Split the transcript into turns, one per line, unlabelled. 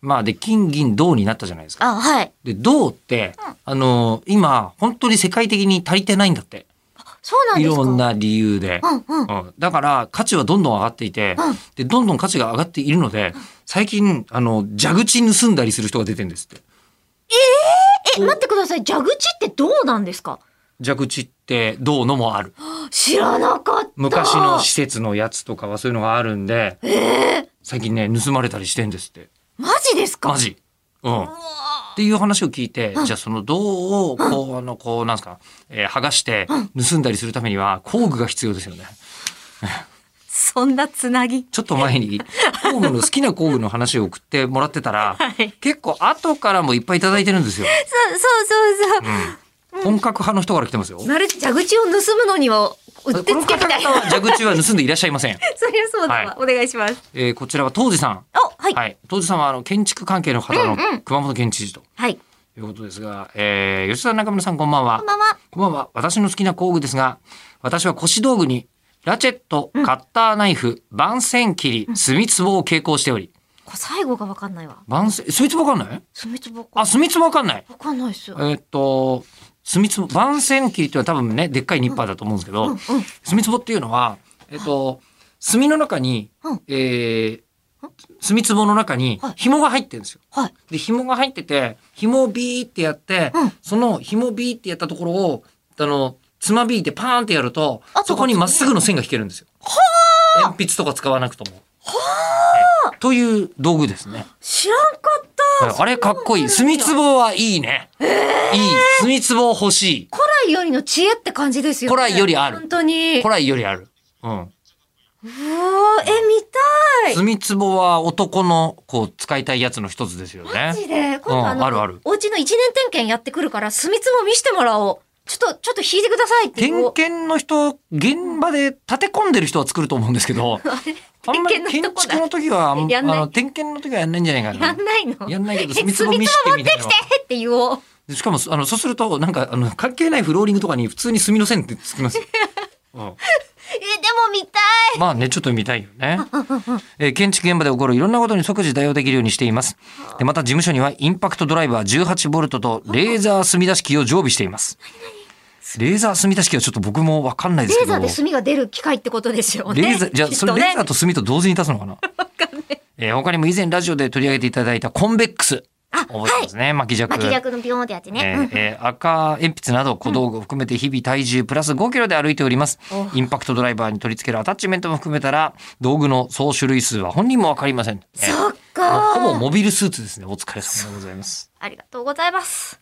まあで、金、銀、銅になったじゃないですか。
あ、はい。
で、銅って、あのー今、本当に世界的に足りてないんだって。
そうなん
い
ですか
ろん。な理由で。
うんうん。
うんだから、価値はどんどん上がっていて、
うん
で、どんどん価値が上がっているので、最近、あの、蛇口盗んだりする人が出てるんですって。
え、待ってください。蛇口ってどうなんですか
蛇口って銅のもある。
知らなかった。
昔の施設のやつとかはそういうのがあるんで、
えー、
最近ね、盗まれたりしてんですって。
マジですか
マジ。うん。
うわ
っていう話を聞いて、
ん
じゃあその銅をこう、あのこうなんですか、えー剥がして盗んだりするためには工具が必要ですよね。
そんなつなぎ。
ちょっと前に工具の好きな工具の話を送ってもらってたら、
はい
結構後からもいっぱいいただいてるんですよ。
そうそうそうそう。
本格派の人から来てますよ。
まるで蛇口を盗むのには、うって
この
つけみ
方
たい
々
な。
は蛇口は盗んでいらっしゃいません。
そりゃそうだわ、
はい
お願いします。
えーこちらは当時さん。
お、はい。
はい。当時さんはあの建築関係の方の
うんうん
熊本県知事と
はい。
いうことですが、えー吉田中村さんこんばんは
こん。ばんは。
こんばんは。私の好きな工具ですが、私は腰道具に、ラチェット、カッターナイフ、番線切り、墨壺を傾向しており。
こ最後がわかんないわ。
番線、墨壺わかんない
すみつぼか。
あ、墨壺わかんない。
わかんないっすよ。
えーっと、墨壺、番線切りっていうのは多分ね、でっかいニッパーだと思うんですけ
うんう
ど
ん、。
墨壺っていうのは、えーっと、墨の中に
うん、
えー、墨壺の中に
はい
紐が入ってるんですよ。
はい。
で、紐が入ってて、紐をビーってやって、
うん
その紐をビーってやったところを、あの、つまびいてパーンってやると
あ、
そこにまっすぐの線が引けるんですよ。鉛筆とか使わなくとも。はいという道具ですね。
知らんかった。
はいあれかっこいい。墨壺はいいね。いい。墨壺欲し
古来よりの知恵って感じですよ、ね。
古来よりある
本当に。
い。
う
古
わ
来よりある。うん。
ーえ、見たい。
墨壺は男の、こう、使いたいやつの一つですよ
マ
ね。
ジで。今
うん
度あの、
あるある
お家の一年点検やってくるから、すみつぼ見してもらおう。ちょっと、ちょっと引いてくださいって。
点検の人、現場で立て込んでる人は作ると思うんですけど、
あれ
あんまり
点検
建
のとこ
築
だ
の時は、あん
やんない
あの、点検の時はやんないんじゃないかな。
やんないの
やんないけど、
え
墨壺見してみたいな
墨壺持ってきてって言おう。
でしかも、あの、そうすると、なんか、あの、関係ないフローリングとかに普通に墨の線ってつきます よ。うん
え、でも見た
まあね、ちょっと見たいよね。えー建築現場で起こるいろんなことに即時対応できるようにしています。で、また事務所にはインパクトドライバー18ボルトとレーザー墨出し機を常備しています。レーザー墨出し機はちょっと僕もわかんない
い
です
レ
け
ー
ど。
ザーで墨が出る機械ってことですよね。
レーザー、じゃあ、
きっ
そ
と
れ
ね
レーザーと墨と同時に出すのかなえー他にも以前ラジオで取り上げていただいたコンベックス。
あ
覚えてますね、巻き尺。
巻き尺のピョーンってやってね。
え
う
ー
ん
えー赤鉛筆など小道具を含めて日々体重プラス5キロで歩いております、
お
インパクトドライバーに取り付けるアタッチメントも含めたら道具の総種類数は本人もわかりません、えー
そ
も
っ
う
か
ほぼモビルスーツですねお疲れ様でございます
ありがとうございます。